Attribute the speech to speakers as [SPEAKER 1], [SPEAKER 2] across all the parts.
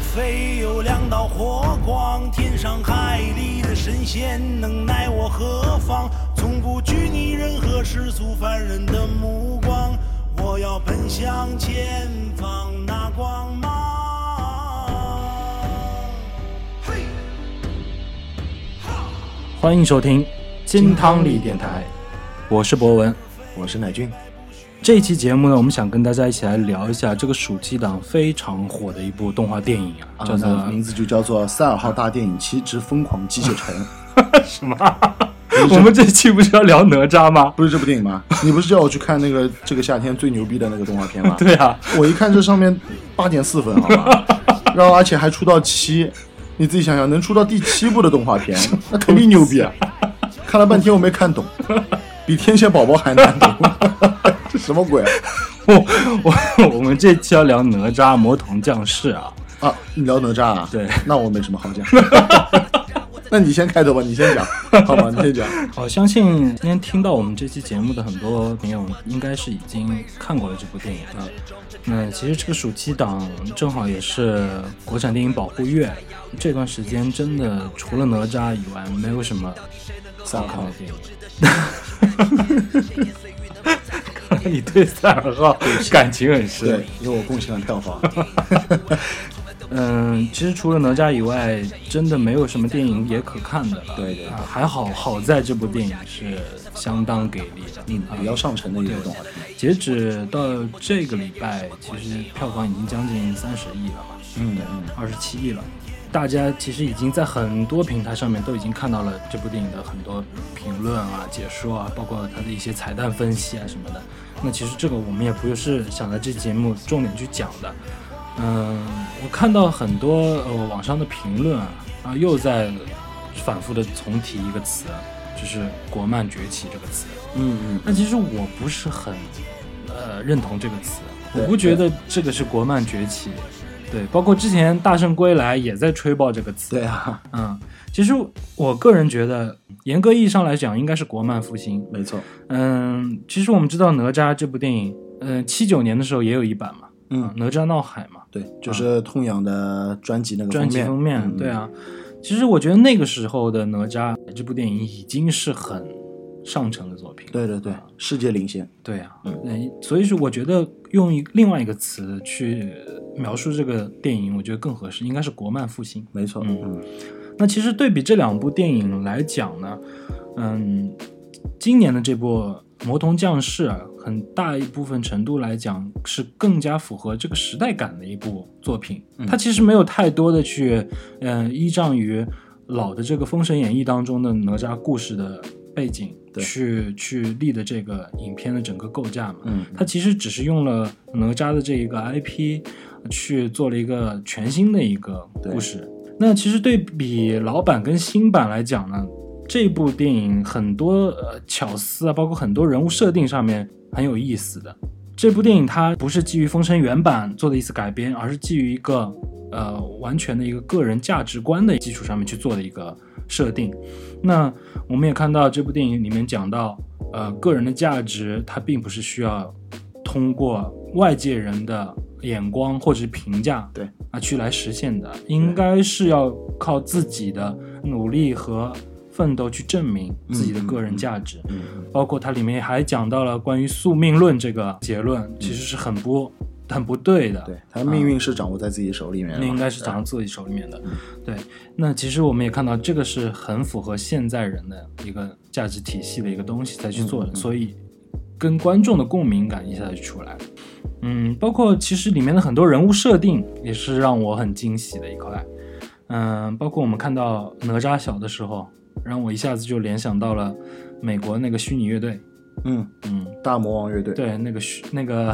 [SPEAKER 1] 非有两道火光，天上海里的神仙能奈我何妨？从不拘泥任何世俗凡人的目光，我要奔向前方那光芒。嘿，哈。
[SPEAKER 2] 欢迎收听金汤力电台，我是博文。
[SPEAKER 3] 我是乃俊。
[SPEAKER 2] 这一期节目呢，我们想跟大家一起来聊一下这个暑期档非常火的一部动画电影啊，叫做
[SPEAKER 3] 那名字就叫做《赛尔号大电影七之疯狂机械 城》，
[SPEAKER 2] 什么？我们这期不是要聊哪吒吗？
[SPEAKER 3] 不是这部电影吗？你不是叫我去看那个这个夏天最牛逼的那个动画片吗？
[SPEAKER 2] 对啊，
[SPEAKER 3] 我一看这上面八点四分，好 吧，然后而且还出到七，你自己想想，能出到第七部的动 画片，那肯定牛逼啊！看了半天我没看懂，比天线宝宝还 难懂，这什么鬼啊
[SPEAKER 2] 我我我们这期要聊哪吒魔童降世啊。
[SPEAKER 3] 啊？你聊哪吒啊？
[SPEAKER 2] 对
[SPEAKER 3] 那我没什么好讲。 那你先开头吧，你先讲，好吧？你先讲。
[SPEAKER 2] 我相信今天听到我们这期节目的很多朋友，应该是已经看过了这部电影了。那其实这个暑期档正好也是国产电影保护月，这段时间真的除了哪吒以外，没有什么
[SPEAKER 3] 三
[SPEAKER 2] 好看
[SPEAKER 3] 号
[SPEAKER 2] 的电影。你对三尔 号感情很深，
[SPEAKER 3] 对，因为我贡献了票房。
[SPEAKER 2] 嗯，其实除了哪吒以外，真的没有什么电影也可看的了。
[SPEAKER 3] 对对
[SPEAKER 2] 啊，还好好在这部电影是相当给力的。嗯
[SPEAKER 3] 比较上乘的一个动画片。
[SPEAKER 2] 截止到这个礼拜，其实票房已经将近三十亿了嘛，
[SPEAKER 3] 嗯
[SPEAKER 2] 二十七亿了。大家其实已经在很多平台上面都已经看到了这部电影的很多评论啊、解说啊，包括它的一些彩蛋分析啊什么的。那其实这个我们也不是想在这节目重点去讲的。嗯，我看到很多呃网上的评论啊，然后又在反复的重提一个词，啊就是“国漫崛起”这个词。
[SPEAKER 3] 嗯嗯，
[SPEAKER 2] 但其实我不是很呃认同这个词，我
[SPEAKER 3] 对
[SPEAKER 2] 不觉得这个是国漫崛起。对，包括之前《大圣归来》也在吹爆这个词。
[SPEAKER 3] 对啊，
[SPEAKER 2] 嗯，其实我个人觉得，严格意义上来讲，应该是国漫复兴。
[SPEAKER 3] 没错。
[SPEAKER 2] 嗯，其实我们知道《哪吒》这部电影，嗯、7七九年的时候也有一版嘛，
[SPEAKER 3] 嗯，
[SPEAKER 2] 哪吒闹海》嘛，
[SPEAKER 3] 对，就是痛痒的专辑那个
[SPEAKER 2] 专辑封面。
[SPEAKER 3] 嗯
[SPEAKER 2] 对，啊，其实我觉得那个时候的《哪吒》这部电影已经是很上乘的作品了。
[SPEAKER 3] 对对对，世界领先。
[SPEAKER 2] 对啊，嗯，所以说我觉得用一另外一个词去描述这个电影，我觉得更合适，应该是国漫复兴。
[SPEAKER 3] 没错，
[SPEAKER 2] 嗯
[SPEAKER 3] 嗯，
[SPEAKER 2] 那其实对比这两部电影来讲呢，嗯，今年的这部《魔童降世》啊，很大一部分程度来讲是更加符合这个时代感的一部作品。它其实没有太多的去，嗯、依仗于老的这个《封神演义》当中的哪吒故事的背景
[SPEAKER 3] 对
[SPEAKER 2] 去去立的这个影片的整个构架嘛。
[SPEAKER 3] 嗯
[SPEAKER 2] 它其实只是用了哪吒的这一个 IP 去做了一个全新的一个故事。那其实对比老版跟新版来讲呢，这部电影很多呃巧思啊，包括很多人物设定上面很有意思的。这部电影它不是基于《封神》原版做的一次改编，而是基于一个呃完全的一个个人价值观的基础上面去做的一个设定。那我们也看到这部电影里面讲到，呃，个人的价值它并不是需要通过外界人的眼光或者是评价
[SPEAKER 3] 对
[SPEAKER 2] 啊去来实现的，应该是要靠自己的努力和奋斗去证明自己的个人价值。
[SPEAKER 3] 嗯，
[SPEAKER 2] 包括它里面还讲到了关于宿命论这个结论，其实是很不很不对的。
[SPEAKER 3] 嗯对，他命运是掌握在自己手里面的
[SPEAKER 2] 嗯那
[SPEAKER 3] 嘛，
[SPEAKER 2] 应该是长在自己手里面的。对，那其实我们也看到，这个是很符合现在人的一个价值体系的一个东西才去做的，
[SPEAKER 3] 嗯嗯嗯
[SPEAKER 2] 所以跟观众的共鸣感一下就出来了。嗯，包括其实里面的很多人物设定也是让我很惊喜的一块。嗯，包括我们看到哪吒小的时候，让我一下子就联想到了美国那个虚拟乐队。
[SPEAKER 3] 嗯，
[SPEAKER 2] 嗯，
[SPEAKER 3] 大魔王乐队，，
[SPEAKER 2] 对，那个虚那 个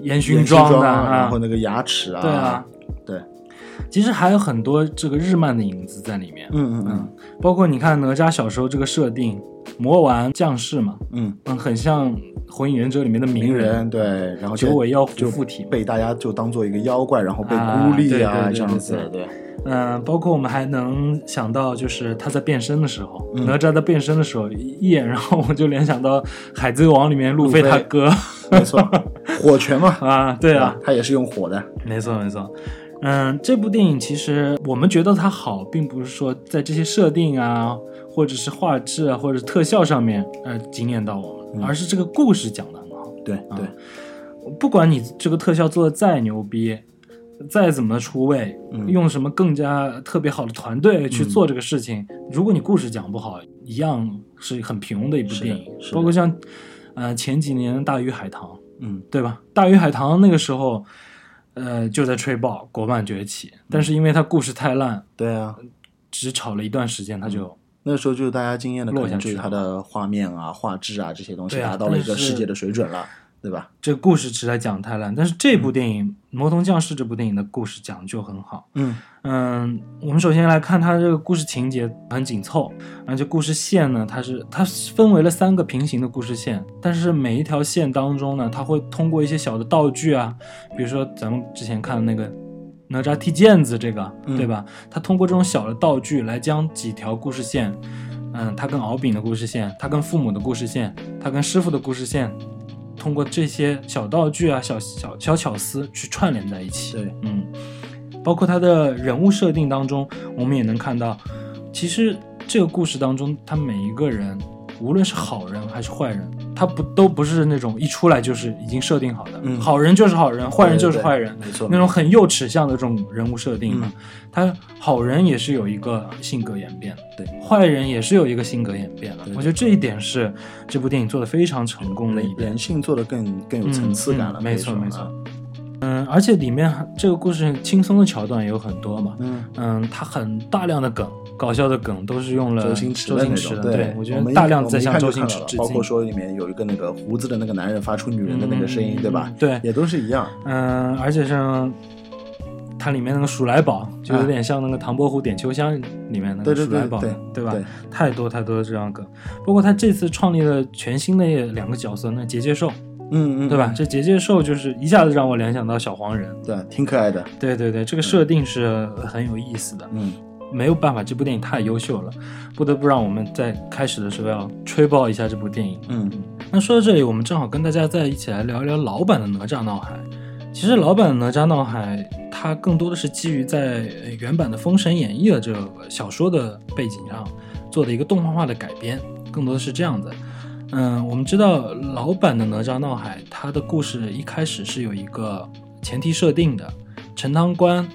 [SPEAKER 2] 烟
[SPEAKER 3] 军
[SPEAKER 2] 熏妆的
[SPEAKER 3] 啊然
[SPEAKER 2] 啊
[SPEAKER 3] 后，那个牙齿啊，
[SPEAKER 2] 对啊，，
[SPEAKER 3] 对，
[SPEAKER 2] 其实还有很多这个日漫的影子在里面，
[SPEAKER 3] 嗯嗯
[SPEAKER 2] 包括你看哪吒小时候这个设定，魔丸降世嘛，
[SPEAKER 3] 嗯嗯，
[SPEAKER 2] 嗯，很像《火影忍者》里面的鸣
[SPEAKER 3] 鸣
[SPEAKER 2] 人，
[SPEAKER 3] 人对，然后
[SPEAKER 2] 九尾嗯妖狐
[SPEAKER 3] 就
[SPEAKER 2] 附体嘛，
[SPEAKER 3] 被大家就当做一个妖怪，然后被
[SPEAKER 2] 啊
[SPEAKER 3] 孤立
[SPEAKER 2] 对对对
[SPEAKER 3] 这样子
[SPEAKER 2] 对，
[SPEAKER 3] 对，
[SPEAKER 2] 嗯、包括我们还能想到就是他在变身的时候，
[SPEAKER 3] 嗯
[SPEAKER 2] 哪吒在变身的时候一眼，然后我就联想到《海贼王》里面路
[SPEAKER 3] 路
[SPEAKER 2] 飞
[SPEAKER 3] 飞
[SPEAKER 2] 他哥
[SPEAKER 3] 没错，火拳嘛，
[SPEAKER 2] 啊，对啊，
[SPEAKER 4] 嗯
[SPEAKER 3] 吧，他也是用火的，
[SPEAKER 2] 没错没错。嗯，这部电影其实我们觉得它好，并不是说在这些设定啊，或者是画质啊，或者特效上面，呃，惊艳到我们，而是这个故事讲得很好。
[SPEAKER 4] 对
[SPEAKER 2] 啊
[SPEAKER 4] 嗯对，
[SPEAKER 2] 不管你这个特效做的再牛逼，再怎么出位，
[SPEAKER 4] 嗯
[SPEAKER 2] 用什么更加特别好的团队去做这个事情，如果你故事讲不好，一样是很平庸的一部
[SPEAKER 4] 是的
[SPEAKER 2] 电影
[SPEAKER 4] 是。的
[SPEAKER 2] 包括像，呃，前几年的《大鱼海棠》，
[SPEAKER 4] 嗯，
[SPEAKER 2] 对吧？《大鱼海棠》那个时候，呃，就在吹爆国漫崛起，但是因为它故事太烂，
[SPEAKER 4] 对啊，
[SPEAKER 2] 只炒了一段时间，它就、
[SPEAKER 4] 那时候就是大家惊艳的，可
[SPEAKER 2] 落下
[SPEAKER 4] 能
[SPEAKER 2] 去
[SPEAKER 4] 就是它的画面啊、画质啊这些东西
[SPEAKER 2] 对啊
[SPEAKER 4] 达到了一个
[SPEAKER 2] 但是
[SPEAKER 4] 世界的水准了，对吧？
[SPEAKER 2] 这个故事实在讲得太烂。但是这部电影《魔童降世》这部电影的故事讲得就很好。
[SPEAKER 4] 嗯
[SPEAKER 2] 嗯，我们首先来看它这个故事情节很紧凑，而且故事线呢，它是它分为了三个平行的故事线，但是每一条线当中呢，它会通过一些小的道具啊，比如说咱们之前看的那个哪吒踢毽子这个，
[SPEAKER 4] 嗯
[SPEAKER 2] 对吧？它通过这种小的道具来将几条故事线，嗯，它跟敖丙的故事线，它跟父母的故事线，它跟师傅的故事线，通过这些小道具啊、小小小巧思去串联在一起。
[SPEAKER 4] 对，
[SPEAKER 2] 嗯，包括它的人物设定当中，我们也能看到，其实这个故事当中，他每一个人，无论是好人还是坏人，他不都不是那种一出来就是已经设定好的，
[SPEAKER 4] 嗯
[SPEAKER 2] 好人就是好人，坏人就是
[SPEAKER 4] 对对
[SPEAKER 2] 坏人，
[SPEAKER 4] 没错
[SPEAKER 2] 那种很幼齿像的这种人物设定嘛，
[SPEAKER 4] 嗯
[SPEAKER 2] 他好人也是有一个性格演变的，
[SPEAKER 4] 对
[SPEAKER 2] 坏人也是有一个性格演变的
[SPEAKER 4] 对。对
[SPEAKER 2] 我觉得这一点是这部电影做的非常成功的一
[SPEAKER 4] 人
[SPEAKER 2] 点
[SPEAKER 4] 人。性做的更更有层次感了，
[SPEAKER 2] 嗯嗯
[SPEAKER 4] 可以
[SPEAKER 2] 没错
[SPEAKER 4] 说
[SPEAKER 2] 没
[SPEAKER 4] 啊
[SPEAKER 2] 错，。嗯，而且里面这个故事轻松的桥段也有很多嘛，
[SPEAKER 4] 嗯，
[SPEAKER 2] 嗯，它很大量的梗，搞笑的梗都是用了
[SPEAKER 4] 周
[SPEAKER 2] 呃星
[SPEAKER 4] 星
[SPEAKER 2] 驰
[SPEAKER 4] 驰的那种，
[SPEAKER 2] 的，对我觉
[SPEAKER 4] 我
[SPEAKER 2] 得
[SPEAKER 4] 们一
[SPEAKER 2] 大量地在
[SPEAKER 4] 我们一
[SPEAKER 2] 向
[SPEAKER 4] 看就
[SPEAKER 2] 周星
[SPEAKER 4] 看
[SPEAKER 2] 驰
[SPEAKER 4] 到了
[SPEAKER 2] 致敬，
[SPEAKER 4] 包括说里面有一个那个胡子的那个男人发出女人的那个声音，
[SPEAKER 2] 嗯
[SPEAKER 4] 对吧？
[SPEAKER 2] 对
[SPEAKER 4] 也都是一样，
[SPEAKER 2] 嗯，而且像它里面那个鼠来宝，就有点像那个《唐伯虎点秋香》里面那
[SPEAKER 4] 啊对
[SPEAKER 2] 个
[SPEAKER 4] 对
[SPEAKER 2] 鼠来宝，
[SPEAKER 4] 对
[SPEAKER 2] 对吧
[SPEAKER 4] 对？
[SPEAKER 2] 太多太多这样梗，包括他这次创立了全新的两个角色，那结界兽，
[SPEAKER 4] 嗯嗯，
[SPEAKER 2] 对吧？？这结界兽就是一下子让我联想到小黄人，
[SPEAKER 4] 对，挺可爱的，
[SPEAKER 2] 对对对，这个设定是很有意思的。
[SPEAKER 4] 嗯，
[SPEAKER 2] 没有办法，这部电影太优秀了，不得不让我们在开始的时候要吹爆一下这部电影。
[SPEAKER 4] 嗯
[SPEAKER 2] 那说到这里，我们正好跟大家在一起来聊一聊老版的哪吒闹海。其实老版的哪吒闹海，它更多的是基于在呃原版的《封神演义》的这个小说的背景上做的一个动画化的改编，更多的是这样的。嗯，我们知道老版的哪吒闹海，它的故事一开始是有一个前提设定的，陈塘关，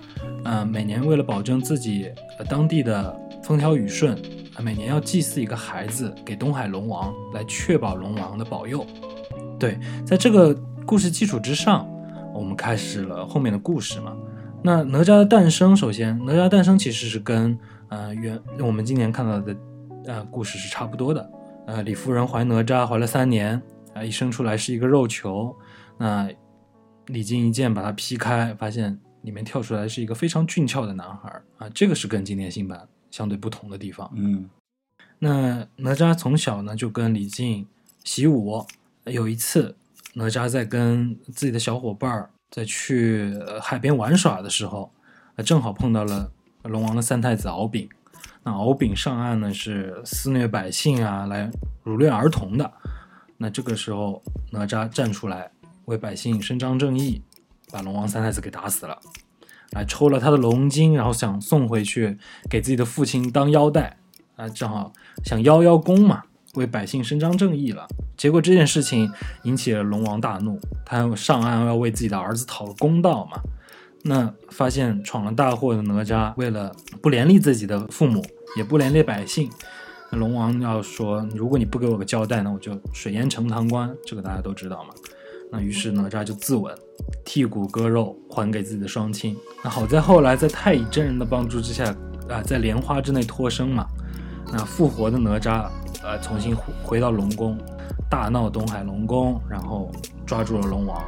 [SPEAKER 2] 呃，每年为了保证自己、呃、当地的风调雨顺，呃每年要祭祀一个孩子给东海龙王，来确保龙王的保佑。对，在这个故事基础之上，我们开始了后面的故事嘛。那哪吒的诞生，首先，哪吒诞生其实是跟呃原我们今年看到的呃故事是差不多的。呃，李夫人怀哪吒怀了三年，啊、一生出来是一个肉球，那、李靖一剑把它劈开，发现里面跳出来是一个非常俊俏的男孩儿啊，这个是跟今年新版相对不同的地方。
[SPEAKER 4] 嗯
[SPEAKER 2] 那哪吒从小呢就跟李靖习武，有一次哪吒在跟自己的小伙伴儿在去呃海边玩耍的时候，呃正好碰到了龙王的三太子敖丙。那敖丙上岸呢是肆虐百姓啊，来掳掠儿童的。那这个时候哪吒站出来为百姓伸张正义，把龙王三太子给打死了。啊，抽了他的龙筋，然后想送回去给自己的父亲当腰带，啊，正好想邀邀功嘛，为百姓伸张正义了。结果这件事情引起了龙王大怒，他要上岸要为自己的儿子讨公道嘛。那发现闯了大祸的哪吒，为了不连累自己的父母，也不连累百姓，那龙王要说：如果你不给我个交代，那我就水淹陈塘关。这个大家都知道嘛。那于是哪吒就自刎，剔骨割肉还给自己的双亲。那好在后来在太乙真人的帮助之下，啊、在莲花之内脱生嘛。那复活的哪吒，呃，重新回回到龙宫，大闹东海龙宫，然后抓住了龙王，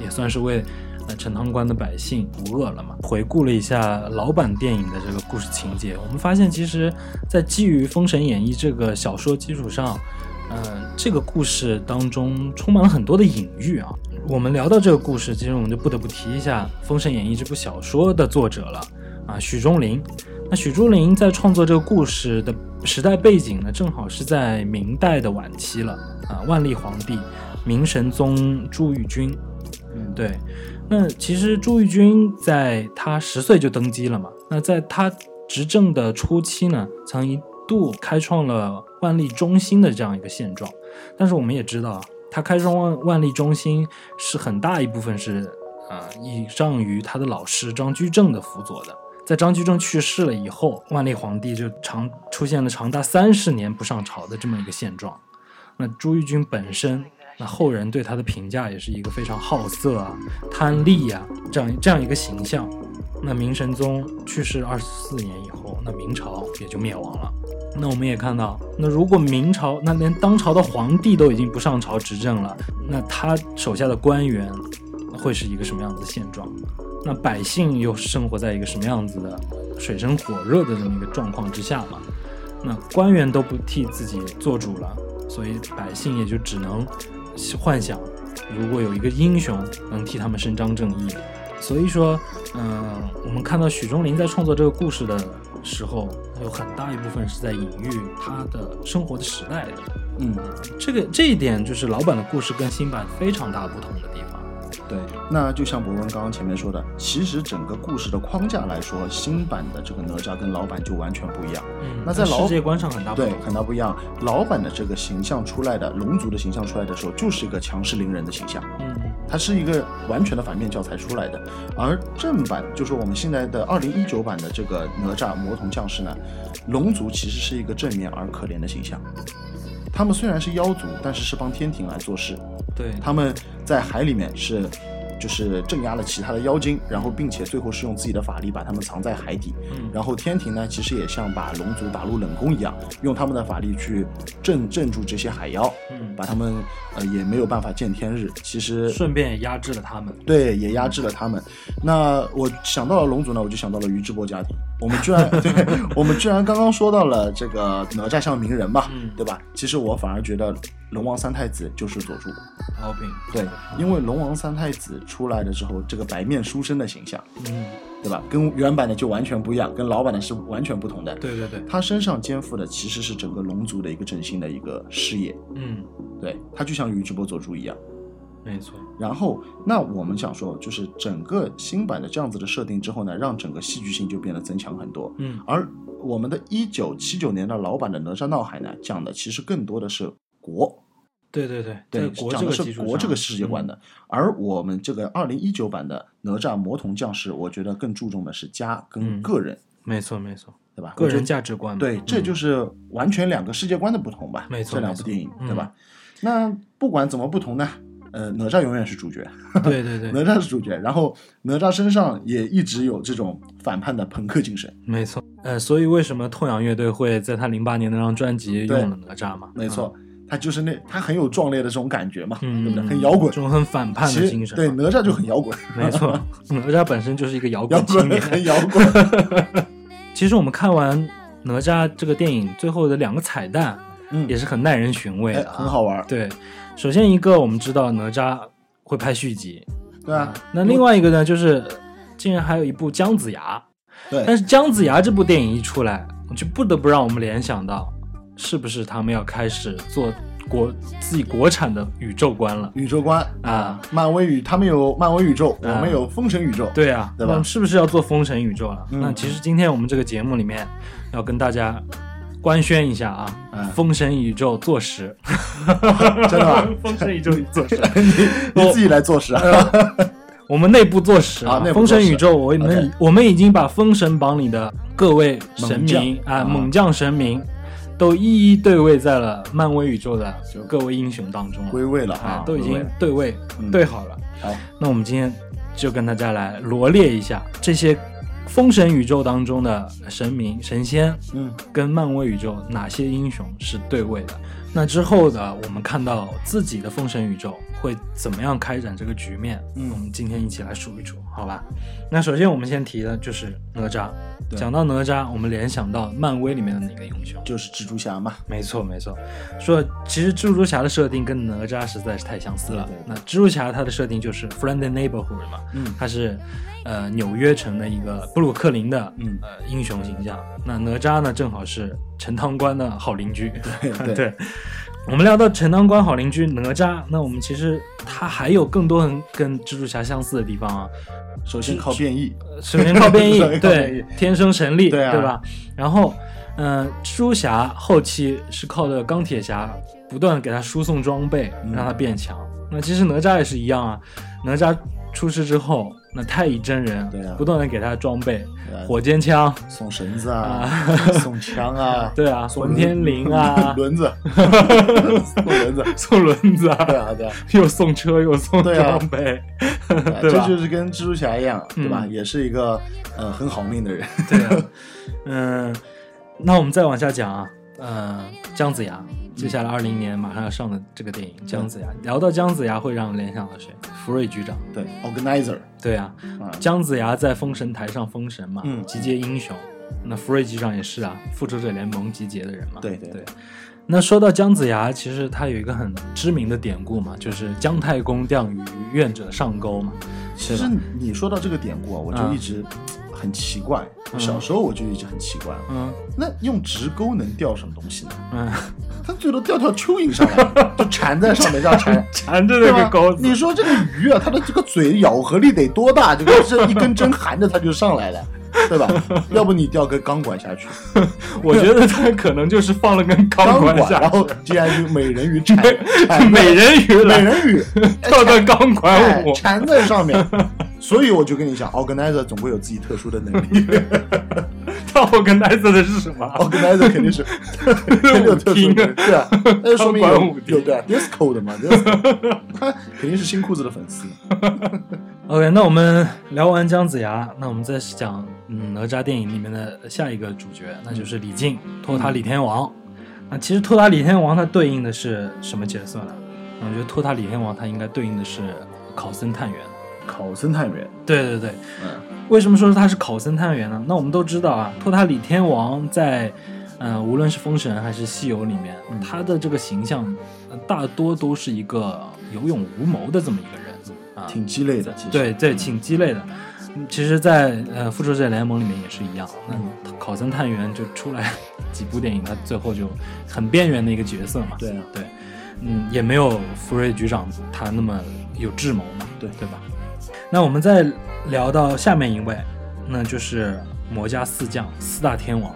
[SPEAKER 2] 也算是为呃陈塘关的百姓除恶了嘛。回顾了一下老版电影的这个故事情节，我们发现其实，在基于《封神演义》这个小说基础上，嗯、这个故事当中充满了很多的隐喻啊。我们聊到这个故事，其实我们就不得不提一下《封神演义》这部小说的作者了啊，许钟灵。那许珠林在创作这个故事的时代背景呢，正好是在明代的晚期了啊，万历皇帝、明神宗朱翊钧，对，那其实朱翊钧在他十岁就登基了嘛，那在他执政的初期呢，曾一度开创了万历中兴的这样一个现状，但是我们也知道啊，他开创万万历中兴是很大一部分是呃倚仗于他的老师张居正的辅佐的。在张居正去世了以后，万历皇帝就长出现了长达三十年不上朝的这么一个现状。那朱翊钧本身，那后人对他的评价也是一个非常好色啊、贪利啊这样这样一个形象。那明神宗去世二十四年以后，那明朝也就灭亡了。那我们也看到，那如果明朝那连当朝的皇帝都已经不上朝执政了，那他手下的官员会是一个什么样子的现状？那百姓又生活在一个什么样子的水深火热的这么一个状况之下嘛？那官员都不替自己做主了，所以百姓也就只能幻想，如果有一个英雄能替他们伸张正义。所以说，嗯、我们看到许钟林在创作这个故事的时候，有很大一部分是在隐喻他的生活的时代的。
[SPEAKER 3] 嗯，
[SPEAKER 2] 这个这一点就是老版的故事跟新版非常大不同的地方。
[SPEAKER 3] 对。那就像博文刚刚前面说的，其实整个故事的框架来说，新版的这个哪吒跟老版就完全不一样。
[SPEAKER 2] 嗯
[SPEAKER 3] 那在老
[SPEAKER 2] 世界观上很大不
[SPEAKER 3] 对
[SPEAKER 2] 同。，
[SPEAKER 3] 很大不一样。老版的这个形象出来的，龙族的形象出来的时候，就是一个强势凌人的形象，
[SPEAKER 2] 嗯，
[SPEAKER 3] 它是一个完全的反面教材出来的。而正版，就是我们现在的二零一九版的这个哪吒魔童降世呢，龙族其实是一个正面而可怜的形象。他们虽然是妖族，但是是帮天庭来做事。
[SPEAKER 2] 对，
[SPEAKER 3] 他们在海里面是，就是镇压了其他的妖精，然后并且最后是用自己的法力把他们藏在海底。
[SPEAKER 2] 嗯
[SPEAKER 3] 然后天庭呢，其实也像把龙族打入冷宫一样，用他们的法力去镇镇住这些海妖，
[SPEAKER 2] 嗯，
[SPEAKER 3] 把他们呃也没有办法见天日。其实
[SPEAKER 2] 顺便也压制了他们。
[SPEAKER 3] 对，也压制了他们。那我想到了龙族呢，我就想到了于志波家庭。我们 居然对，我们居然刚刚说到了这个哪吒像鸣人嘛，
[SPEAKER 2] 嗯
[SPEAKER 3] 对吧？其实我反而觉得龙王三太子就是佐助。
[SPEAKER 2] 敖丙，
[SPEAKER 3] 对，因为龙王三太子出来的时候，这个白面书生的形象，
[SPEAKER 2] 嗯，
[SPEAKER 3] 对吧？跟原版的就完全不一样，跟老版的是完全不同的。，
[SPEAKER 2] 对对对，
[SPEAKER 3] 他身上肩负的其实是整个龙族的一个振兴的一个事业。
[SPEAKER 2] 嗯，
[SPEAKER 3] 对，他就像宇智波佐助一样。
[SPEAKER 2] 没错，
[SPEAKER 3] 然后，那我们想说，就是整个新版的这样子的设定之后呢，让整个戏剧性就变得增强很多。
[SPEAKER 2] 嗯
[SPEAKER 3] 而我们的1979年的老版的《哪吒闹海》呢，讲的其实更多的是国，
[SPEAKER 2] 对对对，
[SPEAKER 3] 对，
[SPEAKER 2] 在国
[SPEAKER 3] 讲
[SPEAKER 2] 这
[SPEAKER 3] 的
[SPEAKER 2] 个
[SPEAKER 3] 是
[SPEAKER 2] 基础
[SPEAKER 3] 国
[SPEAKER 2] 上嗯
[SPEAKER 3] 这个世界观的。而我们这个二零一九版的《哪吒魔童降世》，我觉得更注重的是家跟
[SPEAKER 2] 嗯
[SPEAKER 3] 个人，
[SPEAKER 2] 没错没错，
[SPEAKER 3] 对吧？
[SPEAKER 2] 个
[SPEAKER 3] 我觉
[SPEAKER 2] 人
[SPEAKER 3] 得
[SPEAKER 2] 价值观嘛
[SPEAKER 3] 对，这就是完全两个世界观的不同吧？
[SPEAKER 2] 没错
[SPEAKER 3] 这两
[SPEAKER 2] 没
[SPEAKER 3] 部
[SPEAKER 2] 错
[SPEAKER 3] 电影，
[SPEAKER 2] 嗯
[SPEAKER 3] 对吧？那不管怎么不同呢，呃，哪吒永远是主角，
[SPEAKER 2] 嗯对对
[SPEAKER 3] 哪
[SPEAKER 2] 对，
[SPEAKER 3] 吒是主角，然后哪吒身上也一直有这种反叛的朋克精神。
[SPEAKER 2] 没错。呃，所以为什么痛仰乐队会在他零八年那张专辑
[SPEAKER 3] 对
[SPEAKER 2] 用了哪吒嘛？
[SPEAKER 3] 没
[SPEAKER 2] 嗯，
[SPEAKER 3] 错，他就是那他很有壮烈的这种感觉嘛，
[SPEAKER 2] 嗯，
[SPEAKER 3] 对不对？
[SPEAKER 2] 嗯
[SPEAKER 3] 很摇滚
[SPEAKER 2] 这，种很反叛
[SPEAKER 3] 其
[SPEAKER 2] 的
[SPEAKER 3] 实
[SPEAKER 2] 精神啊嗯
[SPEAKER 3] 对
[SPEAKER 2] 嘛。
[SPEAKER 3] 哪吒就很摇滚，
[SPEAKER 2] 没 错，哪吒本身就是一个摇
[SPEAKER 3] 摇
[SPEAKER 2] 滚青
[SPEAKER 3] 滚
[SPEAKER 2] 年。
[SPEAKER 3] 很摇滚。
[SPEAKER 2] 其实我们看完《哪吒》这个电影最后的两个彩蛋，
[SPEAKER 3] 嗯
[SPEAKER 2] 也是很耐人寻味
[SPEAKER 3] 哎，
[SPEAKER 2] 的、啊
[SPEAKER 3] 很。好玩儿，
[SPEAKER 2] 对，首先一个我们知道哪吒会拍续集，
[SPEAKER 3] 对啊，
[SPEAKER 2] 那另外一个呢，就是竟然还有一部《姜子牙》，但
[SPEAKER 3] 对，
[SPEAKER 2] 是《姜子牙》这部电影一出来，就不得不让我们联想到，是不是他们要开始做国自己国产的宇宙观了
[SPEAKER 3] 宇宙观，
[SPEAKER 2] 嗯啊？
[SPEAKER 3] 漫威宇，他们有漫威宇宙，我
[SPEAKER 2] 啊
[SPEAKER 3] 们有封神宇宙，
[SPEAKER 2] 对啊，
[SPEAKER 3] 对吧
[SPEAKER 2] 那是不是要做封神宇宙了？
[SPEAKER 3] 嗯
[SPEAKER 2] 那其实今天我们这个节目里面要跟大家官宣一下啊，
[SPEAKER 3] 嗯
[SPEAKER 2] 封神宇宙坐实，
[SPEAKER 3] 真的吗？
[SPEAKER 2] 封神宇宙坐实，
[SPEAKER 3] 你你自己来做事啊，
[SPEAKER 2] 哦我们内部坐实
[SPEAKER 3] 啊内部
[SPEAKER 2] 封
[SPEAKER 3] 坐实
[SPEAKER 2] 神宇宙，我们
[SPEAKER 3] OK
[SPEAKER 2] 我们已经把《封神榜》里的各位神明
[SPEAKER 3] 猛将
[SPEAKER 2] 啊
[SPEAKER 3] 啊
[SPEAKER 2] 猛将神明，都一一对位在了漫威宇宙的各位英雄当中
[SPEAKER 3] 归
[SPEAKER 2] 了，
[SPEAKER 3] 位了
[SPEAKER 2] 啊
[SPEAKER 3] 啊，，
[SPEAKER 2] 都已
[SPEAKER 3] 归位
[SPEAKER 2] 经
[SPEAKER 3] 了
[SPEAKER 2] 对位
[SPEAKER 3] 嗯
[SPEAKER 2] 对好了。
[SPEAKER 3] 好，
[SPEAKER 2] 那我们今天就跟大家来罗列一下这些封神宇宙当中的神明神仙，
[SPEAKER 3] 嗯，
[SPEAKER 2] 跟漫威宇宙哪些英雄是对位的。那之后的，我们看到自己的封神宇宙会怎么样开展这个局面？
[SPEAKER 3] 嗯
[SPEAKER 2] 我们今天一起来数一数，好吧？那首先我们先提的就是哪吒。
[SPEAKER 3] 对
[SPEAKER 2] 讲到哪吒，我们联想到漫威里面的哪个英雄？
[SPEAKER 3] 就是蜘蛛侠嘛，
[SPEAKER 2] 没错，没错。说其实蜘蛛侠的设定跟哪吒实在是太相似了。那蜘蛛侠它的设定就是 friendly neighborhood 嘛，
[SPEAKER 3] 嗯
[SPEAKER 2] 它是呃纽约城的一个布鲁克林的、
[SPEAKER 3] 嗯
[SPEAKER 2] 呃英雄形象。那哪吒呢，正好是陈塘关的好邻居。
[SPEAKER 3] 对
[SPEAKER 2] 对我们聊到陈塘关好邻居哪吒，那我们其实它还有更多很跟蜘蛛侠相似的地方啊。
[SPEAKER 3] 首先靠变异，
[SPEAKER 2] 呃首 先靠变异
[SPEAKER 3] 首先，靠变异
[SPEAKER 2] 对，天生神力，
[SPEAKER 3] 对啊
[SPEAKER 2] 吧？然后，嗯、蜘蛛侠后期是靠着钢铁侠不断给他输送装备，
[SPEAKER 3] 嗯
[SPEAKER 2] 让他变强。那其实哪吒也是一样啊，哪吒出世之后，那太乙真人
[SPEAKER 3] 对啊
[SPEAKER 2] 不断的给他装备，
[SPEAKER 3] 对啊
[SPEAKER 2] 火尖枪，
[SPEAKER 3] 送绳子啊，送枪 啊，
[SPEAKER 2] 对啊，混天绫啊，
[SPEAKER 3] 轮子，送轮子，
[SPEAKER 2] 送轮子
[SPEAKER 3] 对
[SPEAKER 2] 啊，
[SPEAKER 3] 啊，对啊，
[SPEAKER 2] 又送车又送
[SPEAKER 3] 对啊
[SPEAKER 2] 装备， 对
[SPEAKER 3] 这
[SPEAKER 2] 吧？
[SPEAKER 3] 就是跟蜘蛛侠一样，对吧？
[SPEAKER 2] 嗯
[SPEAKER 3] 也是一个呃很好命的人，
[SPEAKER 2] 对啊，嗯，那我们再往下讲啊，呃，姜子牙，接下来二零年马上要上的这个电影
[SPEAKER 3] 嗯
[SPEAKER 2] 《姜子牙》，聊到姜子牙会让人联想到谁？福瑞局长。
[SPEAKER 3] 对，organizer，
[SPEAKER 2] 对啊，
[SPEAKER 3] 啊
[SPEAKER 2] 姜子牙在封神台上封神嘛，
[SPEAKER 3] 嗯
[SPEAKER 2] 集结英雄。那福瑞局长也是啊，复仇者联盟集结的人嘛。
[SPEAKER 3] 对对
[SPEAKER 2] 对那说到姜子牙，其实他有一个很知名的典故嘛，就是姜太公钓鱼，愿者上钩嘛。
[SPEAKER 3] 其实你说到这个典故啊，我就
[SPEAKER 2] 嗯
[SPEAKER 3] 一直很奇怪，我小时候我就一直很奇怪，
[SPEAKER 2] 嗯
[SPEAKER 3] 那用直钩能钓什么东西呢？
[SPEAKER 2] 嗯，
[SPEAKER 3] 它最多钓条蚯蚓上来，就缠在上面这样缠。
[SPEAKER 2] 缠着
[SPEAKER 3] 啊对
[SPEAKER 2] 那个
[SPEAKER 3] 吧
[SPEAKER 2] 钩？子
[SPEAKER 3] 你，说这个鱼啊，它的这个嘴咬合力得多大？这个这一根针含着它就上来了，对吧？要不你钓个钢管下去，
[SPEAKER 2] 我觉得他可能就是放了根
[SPEAKER 3] 钢啊
[SPEAKER 2] 钢管下
[SPEAKER 3] 然后既然就美人鱼缠 缠
[SPEAKER 2] 美人鱼
[SPEAKER 3] 美
[SPEAKER 2] 来
[SPEAKER 3] 人鱼
[SPEAKER 2] 跳到钢管
[SPEAKER 3] 哎
[SPEAKER 2] 舞，
[SPEAKER 3] 缠在上面，所以我就跟你讲，organizer 总会有自己特殊的能力
[SPEAKER 2] 跳 organizer 的是什么？
[SPEAKER 3] ，organizer 肯定是肯定有特殊
[SPEAKER 2] 舞厅
[SPEAKER 3] 的能力，对啊，那就说明
[SPEAKER 2] 钢管舞
[SPEAKER 3] 有
[SPEAKER 2] 厅
[SPEAKER 3] 有对啊 disco 的嘛，disco，他 肯定是新裤子的粉丝。
[SPEAKER 2] OK，那我们聊完姜子牙，那我们再讲嗯哪吒电影里面的下一个主角，那就是李靖，托塔李天王。那其实托塔李天王它对应的是什么角色呢？我觉得托塔李天王它应该对应的是考森探员。
[SPEAKER 3] 考生探员，
[SPEAKER 2] 对对对，
[SPEAKER 3] 嗯
[SPEAKER 2] 为什么说他是考森探员呢？那我们都知道啊，托塔李天王在，呃，无论是《封神》还是《西游》里面，他的这个形象、呃大多都是一个有勇无谋的这么一个人啊，
[SPEAKER 3] 挺鸡肋的，其实
[SPEAKER 2] 对对，挺鸡肋的。嗯其实在，呃《复仇者联盟》里面也是一样，
[SPEAKER 3] 嗯
[SPEAKER 2] 那考森探员就出来 几部电影，他最后就很边缘的一个角色嘛。
[SPEAKER 3] 对啊
[SPEAKER 2] 对，嗯，也没有福瑞局长他那么有智谋嘛。
[SPEAKER 3] 对
[SPEAKER 2] 对吧？那我们再聊到下面一位，那就是魔家四将四大天王。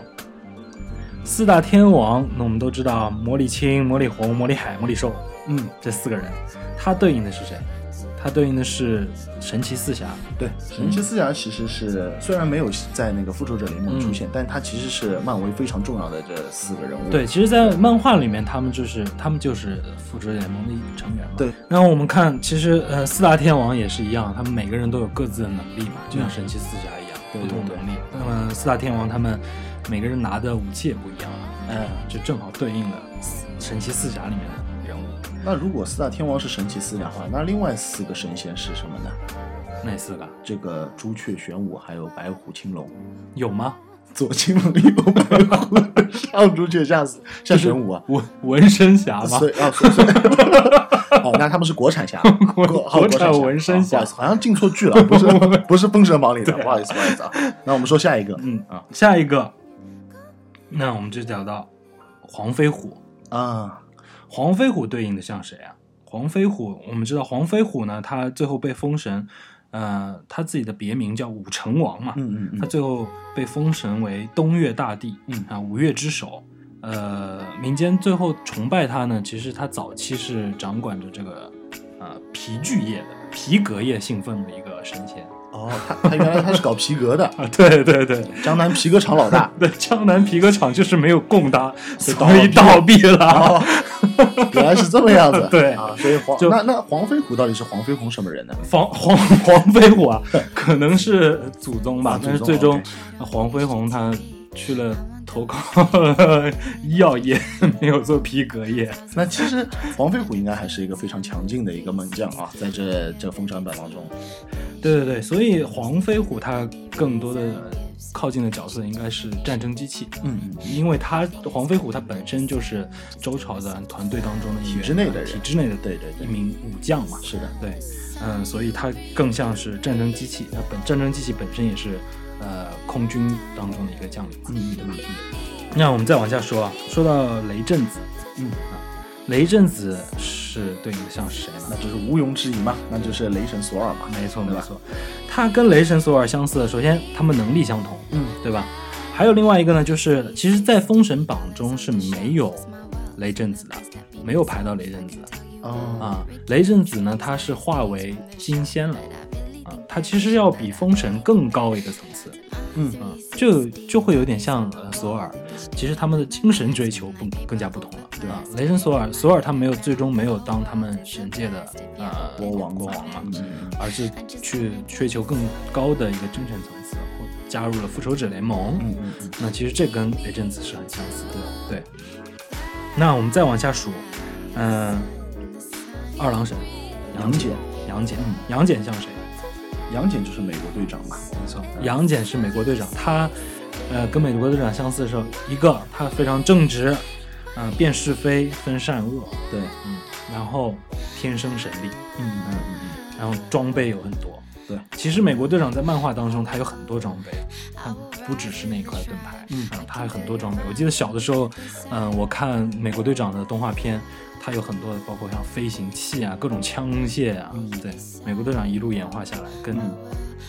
[SPEAKER 2] 四大天王，那我们都知道啊魔力青、魔力红、魔力海、魔力兽
[SPEAKER 3] 嗯，
[SPEAKER 2] 这四个人，他对应的是谁？他对应的是神奇四侠。
[SPEAKER 3] 对，
[SPEAKER 2] 嗯
[SPEAKER 3] 神奇四侠其实是虽然没有在那个复仇者联盟出现，但他其实是漫威非常重要的这四个人物。
[SPEAKER 2] 嗯对，其实，在漫画里面，他们就是他们就是复仇者联盟的一成员嘛。
[SPEAKER 3] 对。
[SPEAKER 2] 那我们看，其实呃，四大天王也是一样，他们每个人都有各自的能力嘛，就像神奇四侠一样，
[SPEAKER 3] 嗯对
[SPEAKER 2] 不同
[SPEAKER 3] 对对
[SPEAKER 2] 能力。那么四大天王他们每个人拿的武器也不一样啊，
[SPEAKER 3] 嗯
[SPEAKER 2] 就正好对应了四神奇四侠里面的人物，
[SPEAKER 3] 那如果四大天王是神奇四侠的话，那另外四个神仙是什么呢？
[SPEAKER 2] 那四个
[SPEAKER 3] 这个朱雀、玄武还有白虎、青龙，
[SPEAKER 2] 有吗？
[SPEAKER 3] 左青龙，右白虎， 上朱雀，下死下玄武啊。
[SPEAKER 2] 纹纹身侠吗
[SPEAKER 3] 所？以啊，所以所以哦，那他们是国产侠，国好
[SPEAKER 2] 国
[SPEAKER 3] 国
[SPEAKER 2] 产
[SPEAKER 3] 产
[SPEAKER 2] 纹身侠
[SPEAKER 3] 啊不好意思好像进错剧了， 不是不是《封神榜》里的，不好意思不好意思啊。那我们说下一个，
[SPEAKER 2] 嗯
[SPEAKER 3] 啊
[SPEAKER 2] 下一个，那我们就聊到黄飞虎。
[SPEAKER 3] 啊，
[SPEAKER 2] 黄飞虎对应的像谁啊？黄飞虎，我们知道黄飞虎呢，他最后被封神，呃，他自己的别名叫武成王嘛，
[SPEAKER 3] 嗯嗯
[SPEAKER 2] 他
[SPEAKER 3] 嗯，
[SPEAKER 2] 最后被封神为东岳大帝，嗯啊，五岳之首。呃，民间最后崇拜他呢，其实他早期是掌管着这个呃皮具业的皮革业兴奋的一个神仙
[SPEAKER 3] 哦，他他原来他是搞皮革的，
[SPEAKER 2] 啊，对对对。，
[SPEAKER 3] 江南皮革厂老大
[SPEAKER 2] 对，江南皮革厂就是没有供他，
[SPEAKER 3] 所以
[SPEAKER 2] 所以倒
[SPEAKER 3] 倒
[SPEAKER 2] 闭了。
[SPEAKER 3] 哦，原来是这么样子，
[SPEAKER 2] 对
[SPEAKER 3] 啊，所以黄
[SPEAKER 2] 就
[SPEAKER 3] 那那黄飞虎到底是黄飞鸿什么人呢？
[SPEAKER 2] 黄黄 黄飞虎啊，可能是 祖宗吧
[SPEAKER 3] 啊，
[SPEAKER 2] 但是
[SPEAKER 3] 祖宗
[SPEAKER 2] 最终
[SPEAKER 3] OK
[SPEAKER 2] 黄飞鸿他去了投靠 医药业， 没有做皮革业。
[SPEAKER 3] 那其实黄飞虎应该还是一个非常强劲的一个猛将啊，在这这封神榜当中，
[SPEAKER 2] 对对对，所以黄飞虎他更多的靠近的角色应该是战争机器，
[SPEAKER 3] 嗯，
[SPEAKER 2] 因为他黄飞虎他本身就是周朝的团队当中的一员
[SPEAKER 3] 体制内的人
[SPEAKER 2] 体制内的
[SPEAKER 3] 对对对
[SPEAKER 2] 一名武将嘛。
[SPEAKER 3] 是的，
[SPEAKER 2] 对，嗯，所以它更像是战争机器。那本战争机器本身也是呃空军当中的一个将领嘛，对吧？那我们再往下说啊，说到雷震子，
[SPEAKER 3] 嗯
[SPEAKER 2] 啊，雷震子是对应的像谁呢？
[SPEAKER 3] 那就是毋庸置疑嘛，那就是雷神索尔嘛。
[SPEAKER 2] 没错，
[SPEAKER 3] 对
[SPEAKER 2] 没
[SPEAKER 3] 吧
[SPEAKER 2] 错。他跟雷神索尔相似，首先他们能力相同，嗯，对吧？还有另外一个呢，就是其实，在《封神榜》中是没有雷震子的，没有排到雷震子
[SPEAKER 3] 哦，
[SPEAKER 2] 啊。雷震子呢，他是化为金仙了啊，他其实要比封神更高一个层次。
[SPEAKER 3] 嗯
[SPEAKER 2] 啊，就就会有点像呃索尔，其实他们的精神追求更更加不同了，对吧？雷神索尔，索尔他没有最终没有当他们神界的呃
[SPEAKER 3] 国王嗯
[SPEAKER 2] 国王嘛，而是去追求更高的一个精神层次，或加入了复仇者联盟。嗯嗯，那其实这跟雷震子是很相似的，对。那我们再往下数，嗯、二郎神
[SPEAKER 3] 杨戬，
[SPEAKER 2] 杨戬，杨戬像谁？
[SPEAKER 3] 杨戬就是美国队长嘛。
[SPEAKER 2] 没错，杨戬是美国队长，他呃跟美国队长相似的时候，一个他非常正直，嗯、辨是非，分善恶，
[SPEAKER 3] 对，
[SPEAKER 2] 嗯，然后天生神力，
[SPEAKER 3] 嗯嗯嗯，
[SPEAKER 2] 然后装备有很多。
[SPEAKER 3] 对，
[SPEAKER 2] 其实美国队长在漫画当中他有很多装备，他不只是那一块盾牌，嗯，他有很多装备。我记得小的时候，嗯、我看美国队长的动画片。他有很多的，包括像飞行器啊，各种枪械啊，
[SPEAKER 3] 嗯
[SPEAKER 2] 对，美国队长一路演化下来，跟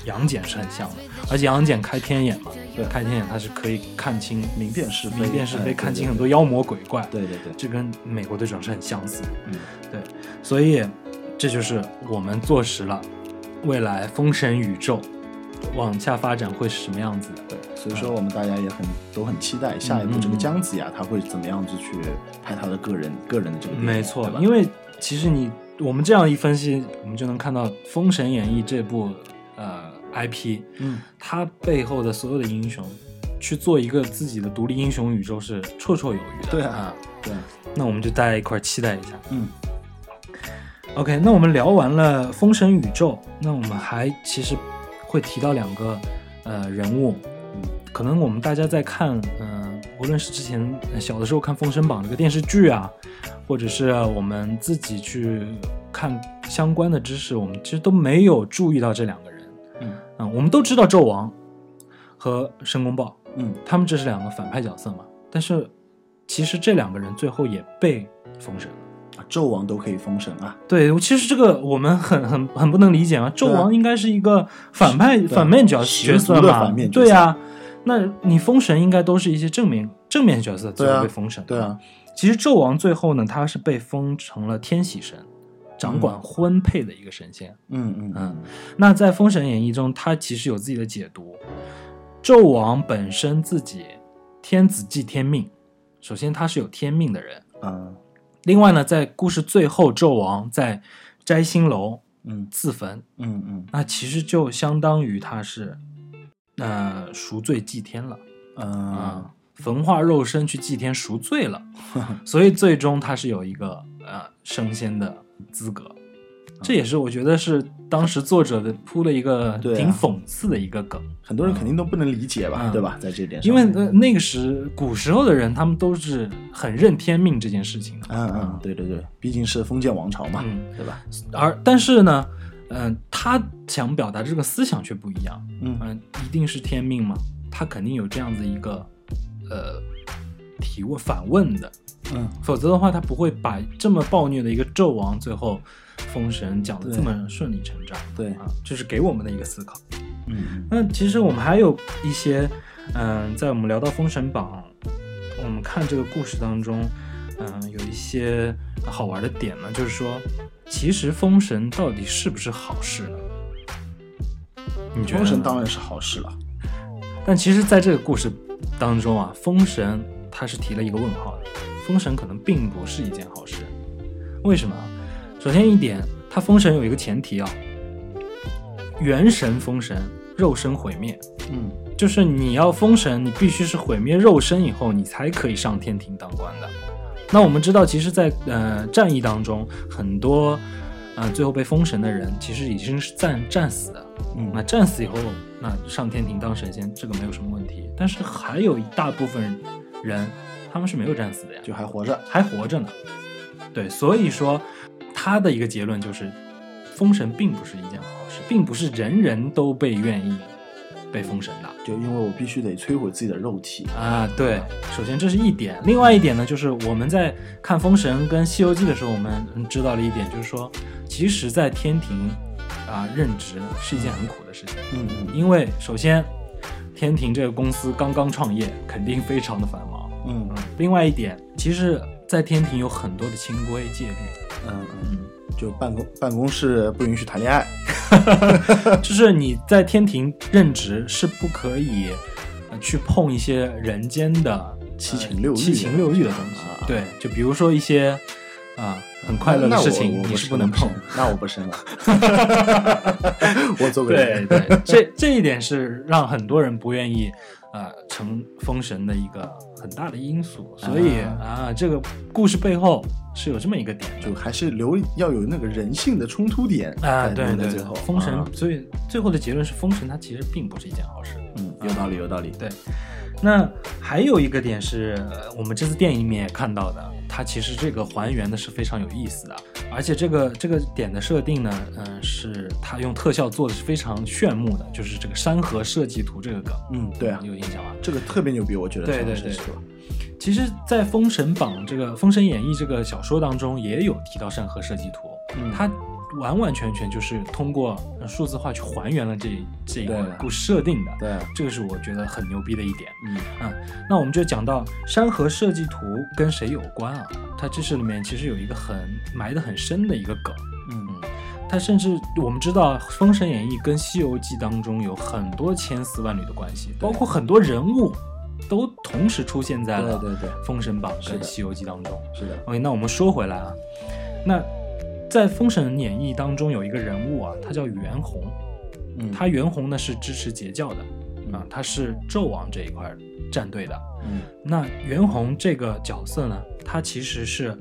[SPEAKER 2] 杨戬是很像的，而且杨戬开天眼嘛，
[SPEAKER 3] 对
[SPEAKER 2] 开天眼他是可以看清
[SPEAKER 3] 明辨是非，
[SPEAKER 2] 明辨是
[SPEAKER 3] 哎
[SPEAKER 2] 非，看清。
[SPEAKER 3] 对对
[SPEAKER 2] 很多妖魔鬼怪，
[SPEAKER 3] 对对对，
[SPEAKER 2] 这跟美国队长是很相似的。
[SPEAKER 3] 嗯，
[SPEAKER 2] 对，所以这就是我们坐实了未来封神宇宙往下发展会是什么样子的。
[SPEAKER 3] 对，所以说我们大家也很都很期待下一
[SPEAKER 2] 嗯
[SPEAKER 3] 步这个姜子牙他会怎么样子去拍他的个人个人的这个电影
[SPEAKER 2] 没错
[SPEAKER 3] 对吧，
[SPEAKER 2] 因为其实你我们这样一分析，我们就能看到《封神演义》这部呃 IP，
[SPEAKER 3] 嗯，
[SPEAKER 2] 它背后的所有的英雄去做一个自己的独立英雄宇宙是绰绰有余的。
[SPEAKER 3] 对啊，对啊，
[SPEAKER 2] 那我们就大家一块儿期待一下。
[SPEAKER 3] 嗯
[SPEAKER 2] OK，那我们聊完了《封神宇宙》，那我们还其实会提到两个呃人物，
[SPEAKER 3] 嗯
[SPEAKER 2] 可能我们大家在看，嗯、无论是之前呃小的时候看《封神榜》这个电视剧啊，或者是呃我们自己去看相关的知识，我们其实都没有注意到这两个人。呃
[SPEAKER 3] 嗯
[SPEAKER 2] 我们都知道纣王和申公豹，
[SPEAKER 3] 嗯，
[SPEAKER 2] 他们这是两个反派角色嘛，但是其实这两个人最后也被封神了。
[SPEAKER 3] 啊纣王都可以封神啊，
[SPEAKER 2] 对，其实这个我们很很很不能理解嘛。纣
[SPEAKER 3] 啊
[SPEAKER 2] 王应该是一个反派、
[SPEAKER 3] 啊
[SPEAKER 2] 反面角
[SPEAKER 3] 十
[SPEAKER 2] 角
[SPEAKER 3] 足
[SPEAKER 2] 色
[SPEAKER 3] 的
[SPEAKER 2] 嘛，
[SPEAKER 3] 反面角色
[SPEAKER 2] 对呀、那你封神应该都是一些正面正面角色最
[SPEAKER 3] 对啊
[SPEAKER 2] 后被封神、
[SPEAKER 3] 对啊，，
[SPEAKER 2] 其实纣王最后呢，他是被封成了天喜神，掌管婚配的一个神仙。
[SPEAKER 3] 嗯嗯
[SPEAKER 2] 嗯，那在《封神演义》中，他其实有自己的解读。纣王本身自己天子祭天命，首先他是有天命的人。
[SPEAKER 3] 啊
[SPEAKER 2] 另外呢，在故事最后，纣王在摘星楼
[SPEAKER 3] 嗯
[SPEAKER 2] 自焚，
[SPEAKER 3] 嗯嗯
[SPEAKER 2] 那其实就相当于他是呃赎罪祭天了
[SPEAKER 3] 嗯
[SPEAKER 2] 啊、
[SPEAKER 3] 啊，
[SPEAKER 2] 焚化肉身去祭天赎罪 了，所以最终他是有一个呃升仙的资格。
[SPEAKER 3] 啊
[SPEAKER 2] 这也是我觉得是当时作者的铺了一个
[SPEAKER 3] 对啊
[SPEAKER 2] 挺讽刺的一个梗，
[SPEAKER 3] 很多人肯定都不能理解吧，
[SPEAKER 2] 嗯
[SPEAKER 3] 对吧？在这点上，
[SPEAKER 2] 因为呃那个时古时候的人他们都是很认天命这件事情的，啊
[SPEAKER 3] 嗯嗯，对对对，毕竟是封建王朝嘛，
[SPEAKER 2] 嗯
[SPEAKER 3] 对吧？
[SPEAKER 2] 而但是呢，嗯、他想表达这个思想却不一样，
[SPEAKER 3] 嗯
[SPEAKER 2] 嗯、一定是天命嘛，他肯定有这样子一个呃提问反问的，
[SPEAKER 3] 嗯，
[SPEAKER 2] 否则的话他不会把这么暴虐的一个纣王最后封神讲的
[SPEAKER 3] 对
[SPEAKER 2] 这么顺理成章，
[SPEAKER 3] 对
[SPEAKER 2] 啊，这是给我们的一个思考。
[SPEAKER 3] 嗯
[SPEAKER 2] 那其实我们还有一些，嗯、在我们聊到《封神榜》，我们看这个故事当中，嗯、有一些好玩的点呢，就是说，其实封神到底是不是好事呢？你觉得？
[SPEAKER 3] 封神当，然是好事了，
[SPEAKER 2] 但其实在这个故事当中啊，封神它是提了一个问号的，封神可能并不是一件好事。为什么啊？首先一点，它封神有一个前提啊，元神封神，肉身毁灭。
[SPEAKER 3] 嗯
[SPEAKER 2] 就是你要封神，你必须是毁灭肉身以后，你才可以上天庭当官的。那我们知道，其实在，呃战役当中，很多呃最后被封神的人，其实已经是战战死的。
[SPEAKER 3] 嗯
[SPEAKER 2] 那战死以后，那上天庭当神仙，这个没有什么问题。但是还有一大部分人，他们是没有战死的呀，
[SPEAKER 3] 就还活着，
[SPEAKER 2] 还活着呢。对，所以说他的一个结论就是，封神并不是一件好事，并不是人人都被愿意被封神的。
[SPEAKER 3] 就因为我必须得摧毁自己的肉体。
[SPEAKER 2] 啊，对，首先这是一点，另外一点呢，就是我们在看《封神》跟《西游记》的时候，我们知道了一点，就是说，其实，在天庭啊、任职是一件很苦的事情，
[SPEAKER 3] 嗯嗯
[SPEAKER 2] 因为首先，天庭这个公司刚刚创业，肯定非常的繁忙。
[SPEAKER 3] 嗯
[SPEAKER 2] 嗯，另外一点，其实，在天庭有很多的清规戒律，
[SPEAKER 3] 嗯嗯，就办公办公室不允许谈恋爱。
[SPEAKER 2] 就是你在天庭任职是不可以呃去碰一些人间的
[SPEAKER 3] 七
[SPEAKER 2] 呃
[SPEAKER 3] 情六欲
[SPEAKER 2] 七情六欲的东西。
[SPEAKER 3] 啊
[SPEAKER 2] 对，就比如说一些啊、很快乐的
[SPEAKER 3] 那我
[SPEAKER 2] 事情，
[SPEAKER 3] 我
[SPEAKER 2] 你是不能
[SPEAKER 3] 深
[SPEAKER 2] 碰
[SPEAKER 3] 了。 那我不 深了，我做个
[SPEAKER 2] 对
[SPEAKER 3] 人。
[SPEAKER 2] 对， 这这一点是让很多人不愿意啊、呃成封神的一个很大的因素。所以啊、这个故事背后是有这么一个点的。
[SPEAKER 3] 就还是留要有那个人性的冲突点
[SPEAKER 2] 啊，
[SPEAKER 3] 在
[SPEAKER 2] 对
[SPEAKER 3] 弄
[SPEAKER 2] 对
[SPEAKER 3] 到
[SPEAKER 2] 对，
[SPEAKER 3] 最后
[SPEAKER 2] 封神
[SPEAKER 3] 啊，
[SPEAKER 2] 所以最后的结论是封神它其实并不是一件好事。
[SPEAKER 3] 嗯，有道理，有道理。
[SPEAKER 2] 对，那还有一个点是，呃我们这次电影里面也看到的，它其实这个还原的是非常有意思的，而且这个这个点的设定呢，嗯、是它用特效做的是非常炫目的，就是这个山河设计图这个梗，
[SPEAKER 3] 嗯，对啊，
[SPEAKER 2] 有印象吗？
[SPEAKER 3] 这个特别牛逼，我觉得。
[SPEAKER 2] 对对
[SPEAKER 3] 这
[SPEAKER 2] 对
[SPEAKER 3] 个是吧
[SPEAKER 2] 其实，在《封神榜》这个《封神演义》这个小说当中，也有提到山河设计图，
[SPEAKER 3] 嗯
[SPEAKER 2] 它完完全全就是通过呃数字化去还原了这这一
[SPEAKER 3] 对
[SPEAKER 2] 个
[SPEAKER 3] 的
[SPEAKER 2] 故事设定的，
[SPEAKER 3] 对，啊
[SPEAKER 2] 这个是我觉得很牛逼的一点。
[SPEAKER 3] 嗯
[SPEAKER 2] 那我们就讲到山河设计图跟谁有关啊？它这是里面其实有一个很埋得很深的一个梗。
[SPEAKER 3] 嗯
[SPEAKER 2] 它甚至我们知道《封神演义》跟《西游记》当中有很多千丝万缕的关系，包括很多人物都同时出现在了
[SPEAKER 3] 对对对
[SPEAKER 2] 《封神榜》
[SPEAKER 3] 是
[SPEAKER 2] 跟
[SPEAKER 3] 的
[SPEAKER 2] 《西游记》当中。
[SPEAKER 3] 是的，
[SPEAKER 2] OK，那我们说回来啊，那在《封神演义》当中有一个人物啊，他叫袁弘，
[SPEAKER 3] 嗯
[SPEAKER 2] 他袁弘呢是支持截教的
[SPEAKER 3] 嗯
[SPEAKER 2] 啊，他是纣王这一块战队的。
[SPEAKER 3] 嗯
[SPEAKER 2] 那袁弘这个角色呢，他其实是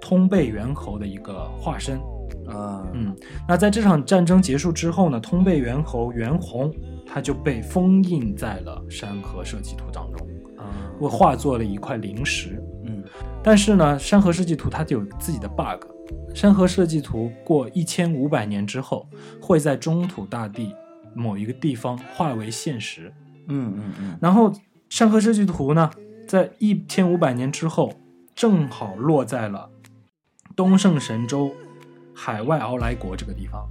[SPEAKER 2] 通背猿猴的一个化身。
[SPEAKER 3] 啊
[SPEAKER 2] 嗯，那在这场战争结束之后呢，通背猿猴袁弘他就被封印在了山河设计图当中，
[SPEAKER 3] 啊
[SPEAKER 2] 我化作了一块灵石。
[SPEAKER 3] 嗯
[SPEAKER 2] 但是呢，山河设计图它有自己的 bug。山河设计图过一千五百年之后，会在中土大地某一个地方化为现实。
[SPEAKER 3] 嗯嗯嗯
[SPEAKER 2] 然后山河设计图呢，在一千五百年之后，正好落在了东胜神州海外敖莱国这个地方。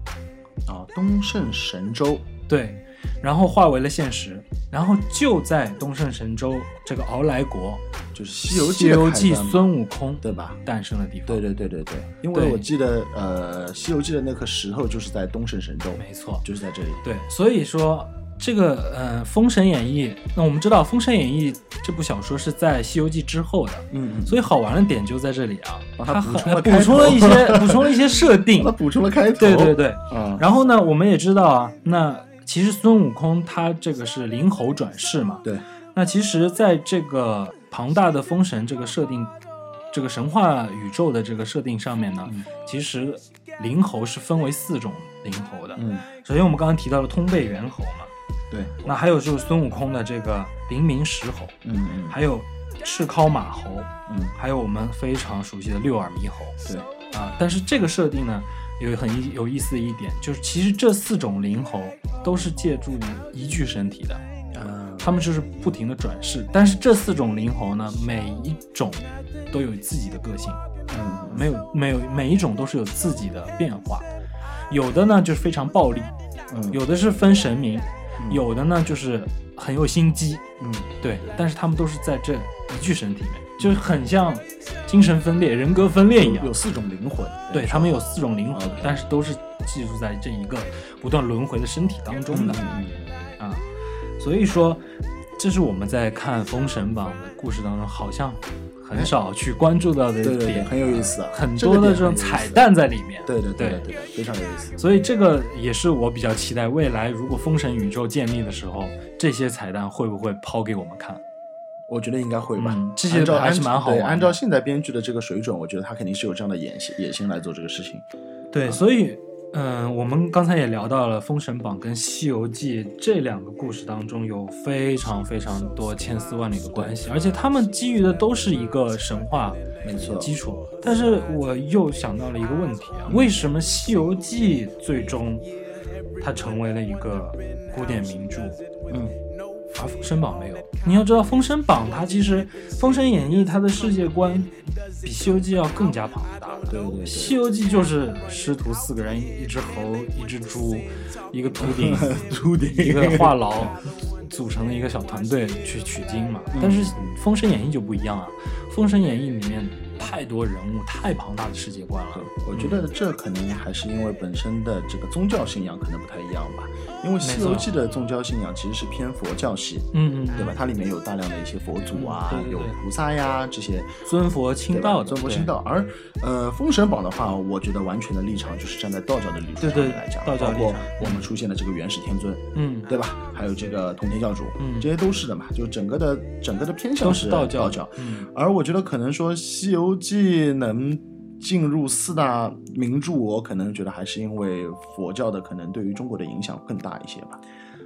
[SPEAKER 3] 啊，东胜神州，
[SPEAKER 2] 对，然后化为了现实，然后就在东胜神州这个敖莱国，
[SPEAKER 3] 就是《西游记》
[SPEAKER 2] 西游记
[SPEAKER 3] 的》开端
[SPEAKER 2] 孙悟空
[SPEAKER 3] 对吧？
[SPEAKER 2] 诞生的地方。
[SPEAKER 3] 对对对对对，因
[SPEAKER 2] 对
[SPEAKER 3] 为我记得呃，《西游记》的那颗石头就是在东胜神州，
[SPEAKER 2] 没错，
[SPEAKER 3] 就是在这里。
[SPEAKER 2] 对，所以说这个呃《封神演义》，那我们知道《封神演义》这部小说是在《西游记》之后的，
[SPEAKER 3] 嗯
[SPEAKER 2] 所以好玩的点就在这里啊，
[SPEAKER 3] 哦
[SPEAKER 2] 它
[SPEAKER 3] 它
[SPEAKER 2] 很
[SPEAKER 3] 补充了
[SPEAKER 2] 补
[SPEAKER 3] 开
[SPEAKER 2] 充
[SPEAKER 3] 头
[SPEAKER 2] 了一 些补充了一些设定
[SPEAKER 3] 他，补充了开头，
[SPEAKER 2] 对对对。
[SPEAKER 3] 啊，
[SPEAKER 2] 然后呢，我们也知道啊，那其实孙悟空他这个是灵猴转世嘛，
[SPEAKER 3] 对，
[SPEAKER 2] 那其实在这个庞大的封神这个设定，这个神话宇宙的这个设定上面呢，其实灵猴是分为四种灵猴的，
[SPEAKER 3] 嗯，
[SPEAKER 2] 首先我们刚刚提到了通背猿猴嘛，
[SPEAKER 3] 对，
[SPEAKER 2] 那还有就是孙悟空的这个灵明石猴，
[SPEAKER 3] 嗯嗯
[SPEAKER 2] 还有赤尻马猴，
[SPEAKER 3] 嗯，
[SPEAKER 2] 还有我们非常熟悉的六耳猕猴
[SPEAKER 3] 对，
[SPEAKER 2] 啊。但是这个设定呢，有很意有意思的一点，就是其实这四种灵猴都是借助一具身体的，
[SPEAKER 3] 嗯
[SPEAKER 2] 他们就是不停的转世。但是这四种灵猴呢，每一种都有自己的个性，
[SPEAKER 3] 嗯
[SPEAKER 2] 没有没有每一种都是有自己的变化，有的呢就是非常暴力，
[SPEAKER 3] 嗯
[SPEAKER 2] 有的是分神明，有的呢就是很有心机，
[SPEAKER 3] 嗯
[SPEAKER 2] 对，但是他们都是在这一具身体里面，就是很像精神分裂、人格分裂一样
[SPEAKER 3] 有。四种灵魂，
[SPEAKER 2] 对他们有四种灵魂
[SPEAKER 3] OK，
[SPEAKER 2] 但是都是寄宿在这一个不断轮回的身体当中的
[SPEAKER 3] 嗯
[SPEAKER 2] 啊，所以说这是我们在看《封神榜》的故事当中好像很少去关注到的
[SPEAKER 3] 哎对对对，
[SPEAKER 2] 点，
[SPEAKER 3] 很有意思啊，
[SPEAKER 2] 很
[SPEAKER 3] 个
[SPEAKER 2] 多的
[SPEAKER 3] 点
[SPEAKER 2] 这种
[SPEAKER 3] 很有意思
[SPEAKER 2] 彩，蛋在里面。
[SPEAKER 3] 对对对
[SPEAKER 2] 对
[SPEAKER 3] 对对，非常有意思。
[SPEAKER 2] 所以这个也是我比较期待未来，如果封神宇宙建立的时候，这些彩蛋会不会抛给我们看？
[SPEAKER 3] 我觉得应该会吧
[SPEAKER 2] 嗯，这些
[SPEAKER 3] 按照
[SPEAKER 2] 还是蛮好玩
[SPEAKER 3] 对，
[SPEAKER 2] 的
[SPEAKER 3] 按照现在编剧的这个水准，我觉得他肯定是有这样的野心野心来做这个事情。
[SPEAKER 2] 对，啊所以，嗯、我们刚才也聊到了《封神榜》跟《西游记》这两个故事当中有非常非常多千丝万缕的关系，而且他们基于的都是一个神话
[SPEAKER 3] 没错
[SPEAKER 2] 基础。但是我又想到了一个问题啊，为什么《西游记》最终，它成为了一个古典名著。
[SPEAKER 3] 嗯，
[SPEAKER 2] 而《封神榜》没有。你要知道，《封神榜》它其实《封神演义》它的世界观比《西游记》要更加庞大。
[SPEAKER 3] 对对
[SPEAKER 2] 《
[SPEAKER 3] 对，
[SPEAKER 2] 西游记》就是师徒四个人，一只猴，一只猪，一个秃 顶，
[SPEAKER 3] 朱
[SPEAKER 2] 一
[SPEAKER 3] 迪
[SPEAKER 2] 个话痨，组成了一个小团队去取经嘛。
[SPEAKER 3] 嗯
[SPEAKER 2] 但是《封神演义》就不一样啊，《封神演义》里面太多人物，太庞大的世界观了。
[SPEAKER 3] 我觉得这可能还是因为本身的这个宗教信仰可能不太一样吧，因为《西游记》的宗教信仰其实是偏佛教系，
[SPEAKER 2] 嗯嗯，
[SPEAKER 3] 对吧？它里面有大量的一些佛祖啊
[SPEAKER 2] 嗯，对对
[SPEAKER 3] 有
[SPEAKER 2] 对
[SPEAKER 3] 菩萨呀这些，
[SPEAKER 2] 尊佛清
[SPEAKER 3] 对吧
[SPEAKER 2] 道的，
[SPEAKER 3] 尊佛信道。而呃，《封神榜》的话，我觉得完全的立场就是站在道教的立场
[SPEAKER 2] 对对
[SPEAKER 3] 上来讲，
[SPEAKER 2] 道教
[SPEAKER 3] 包
[SPEAKER 2] 立
[SPEAKER 3] 括
[SPEAKER 2] 场
[SPEAKER 3] 我们出现的这个元始天尊，
[SPEAKER 2] 嗯，
[SPEAKER 3] 对吧？还有这个通天教主，
[SPEAKER 2] 嗯
[SPEAKER 3] 这些都是的嘛，就整个的整个的偏向
[SPEAKER 2] 都是道
[SPEAKER 3] 道
[SPEAKER 2] 教，
[SPEAKER 3] 教
[SPEAKER 2] 嗯，
[SPEAKER 3] 而我觉得可能说《西游记》能进入四大名著，我可能觉得还是因为佛教的可能对于中国的影响更大一些吧。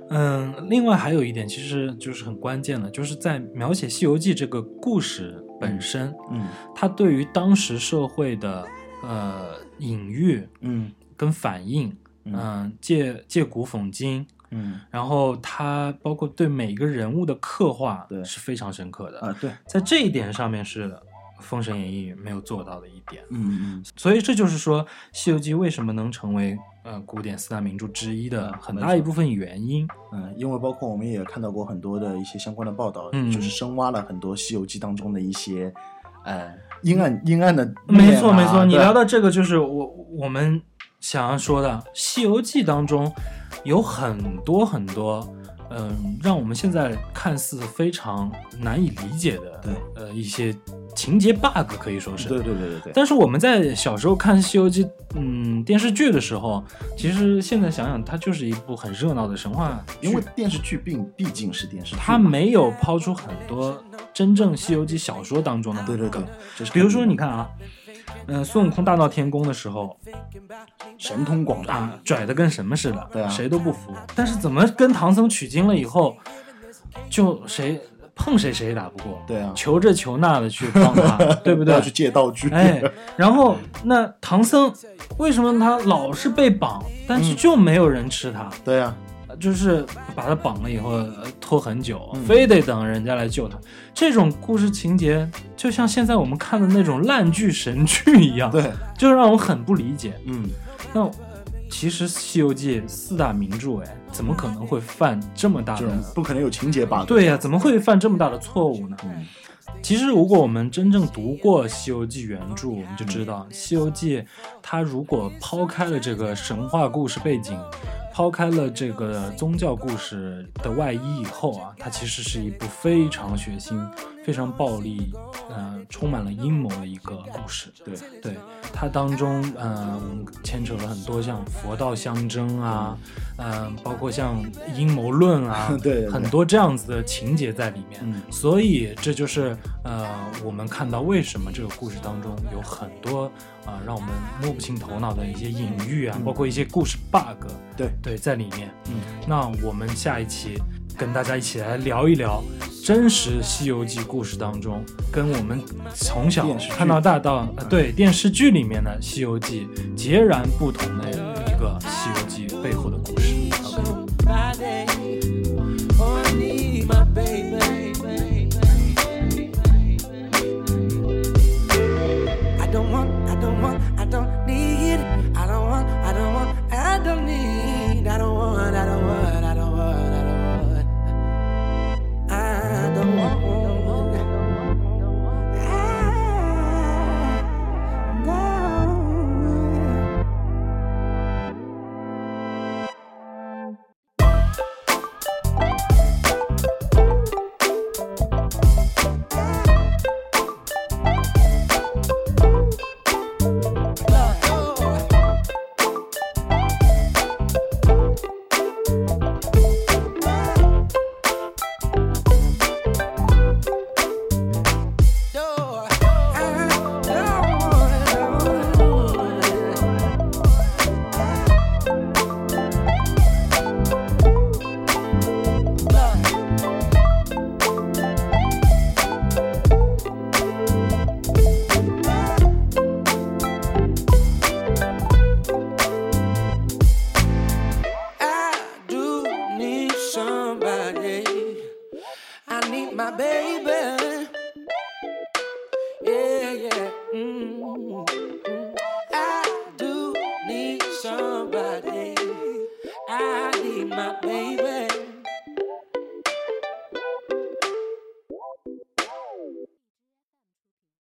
[SPEAKER 2] 嗯，另外还有一点，其实就是很关键的，就是在描写《西游记》这个故事本身，
[SPEAKER 3] 嗯
[SPEAKER 2] 它对于当时社会的呃隐喻
[SPEAKER 3] 嗯
[SPEAKER 2] 跟反应，嗯、借借古讽今，
[SPEAKER 3] 嗯
[SPEAKER 2] 然后它包括对每个人物的刻画，
[SPEAKER 3] 对
[SPEAKER 2] 是非常深刻的。
[SPEAKER 3] 啊对，
[SPEAKER 2] 在这一点上面是《封神演义》没有做到的一点。
[SPEAKER 3] 嗯嗯，
[SPEAKER 2] 所以这就是说，《西游记》为什么能成为呃古典四大名著之一的
[SPEAKER 3] 嗯
[SPEAKER 2] 很
[SPEAKER 3] 没
[SPEAKER 2] 大
[SPEAKER 3] 错
[SPEAKER 2] 一部分原因。
[SPEAKER 3] 嗯，因为包括我们也看到过很多的一些相关的报道，
[SPEAKER 2] 嗯
[SPEAKER 3] 就是深挖了很多《西游记》当中的一些，呃，阴暗阴暗的、啊
[SPEAKER 2] 没错没错，你聊
[SPEAKER 3] 到
[SPEAKER 2] 到这个就是我我们想要说的，《西游记》当中有很多很多，嗯、让我们现在看似非常难以理解的，
[SPEAKER 3] 对，
[SPEAKER 2] 呃，一些情节 bug 可以说是。
[SPEAKER 3] 对对对对对，
[SPEAKER 2] 但是我们在小时候看《西游记》嗯电视剧的时候，其实现在想想，它就是一部很热闹的神话剧，
[SPEAKER 3] 因为电视剧并毕竟是电视剧嘛，
[SPEAKER 2] 它没有抛出很多真正《西游记》小说当中的
[SPEAKER 3] 对对对
[SPEAKER 2] 梗，
[SPEAKER 3] 这是
[SPEAKER 2] 比如说
[SPEAKER 3] 肯
[SPEAKER 2] 你
[SPEAKER 3] 定的
[SPEAKER 2] 看啊，嗯、孙悟空大闹天宫的时候
[SPEAKER 3] 神通广大，
[SPEAKER 2] 啊，拽的跟什么似的，
[SPEAKER 3] 对啊
[SPEAKER 2] 谁都不服。但是怎么跟唐僧取经了以后，就谁碰谁谁也打不过，
[SPEAKER 3] 对啊
[SPEAKER 2] 求这求那的去帮 他，对不
[SPEAKER 3] 不要
[SPEAKER 2] 对？
[SPEAKER 3] 去借道具，
[SPEAKER 2] 哎，然后那唐僧为什么他老是被绑，但
[SPEAKER 3] 嗯
[SPEAKER 2] 是就没有人吃他？
[SPEAKER 3] 对啊，
[SPEAKER 2] 就是把他绑了以后呃拖很久，
[SPEAKER 3] 嗯
[SPEAKER 2] 非得等人家来救他。这种故事情节，就像现在我们看的那种烂剧、神剧一样，，
[SPEAKER 3] 对，啊
[SPEAKER 2] 就让我很不理解。
[SPEAKER 3] 嗯。
[SPEAKER 2] 那其实《西游记》四大名著，哎，怎么可能会犯这么大
[SPEAKER 3] 这种
[SPEAKER 2] 的？
[SPEAKER 3] 不可能有情节 bug。
[SPEAKER 2] 对呀、怎么会犯这么大的错误呢？
[SPEAKER 3] 嗯
[SPEAKER 2] 其实，如果我们真正读过《西游记》原著，我们就知
[SPEAKER 3] 嗯
[SPEAKER 2] 道，《西游记》它如果抛开了这个神话故事背景，抛开了这个宗教故事的外衣以后啊，它其实是一部非常血腥、非常暴力，呃，充满了阴谋的一个故事。
[SPEAKER 3] 对，
[SPEAKER 2] 对，它当中呃，我们牵扯了很多像佛道相争啊，呃，包括像阴谋论啊
[SPEAKER 3] 对对
[SPEAKER 2] 很多这样子的情节在里面。
[SPEAKER 3] 嗯
[SPEAKER 2] 所以这就是呃，我们看到为什么这个故事当中有很多啊、呃让我们摸不清头脑的一些隐喻
[SPEAKER 3] 嗯
[SPEAKER 2] 啊，包括一些故事 bug，
[SPEAKER 3] 对
[SPEAKER 2] 对，在里面。
[SPEAKER 3] 嗯，
[SPEAKER 2] 那我们下一期跟大家一起来聊一聊真实《西游记》故事当中，跟我们从小
[SPEAKER 3] 电视剧嗯
[SPEAKER 2] 看到大到呃对电视剧里面的《西游记》截然不同的一个《西游记》背后的故事。
[SPEAKER 5] Friday. Oh, I need my baby. I don't want, I don't want, I don't need. I don't want, I don't want, I don't need. I don't want, I don't want, I don't want, I don't want. I don't want. I don't want. somebody. I need my baby. Yeah, yeah. mm, mm. I do need somebody. I need my baby.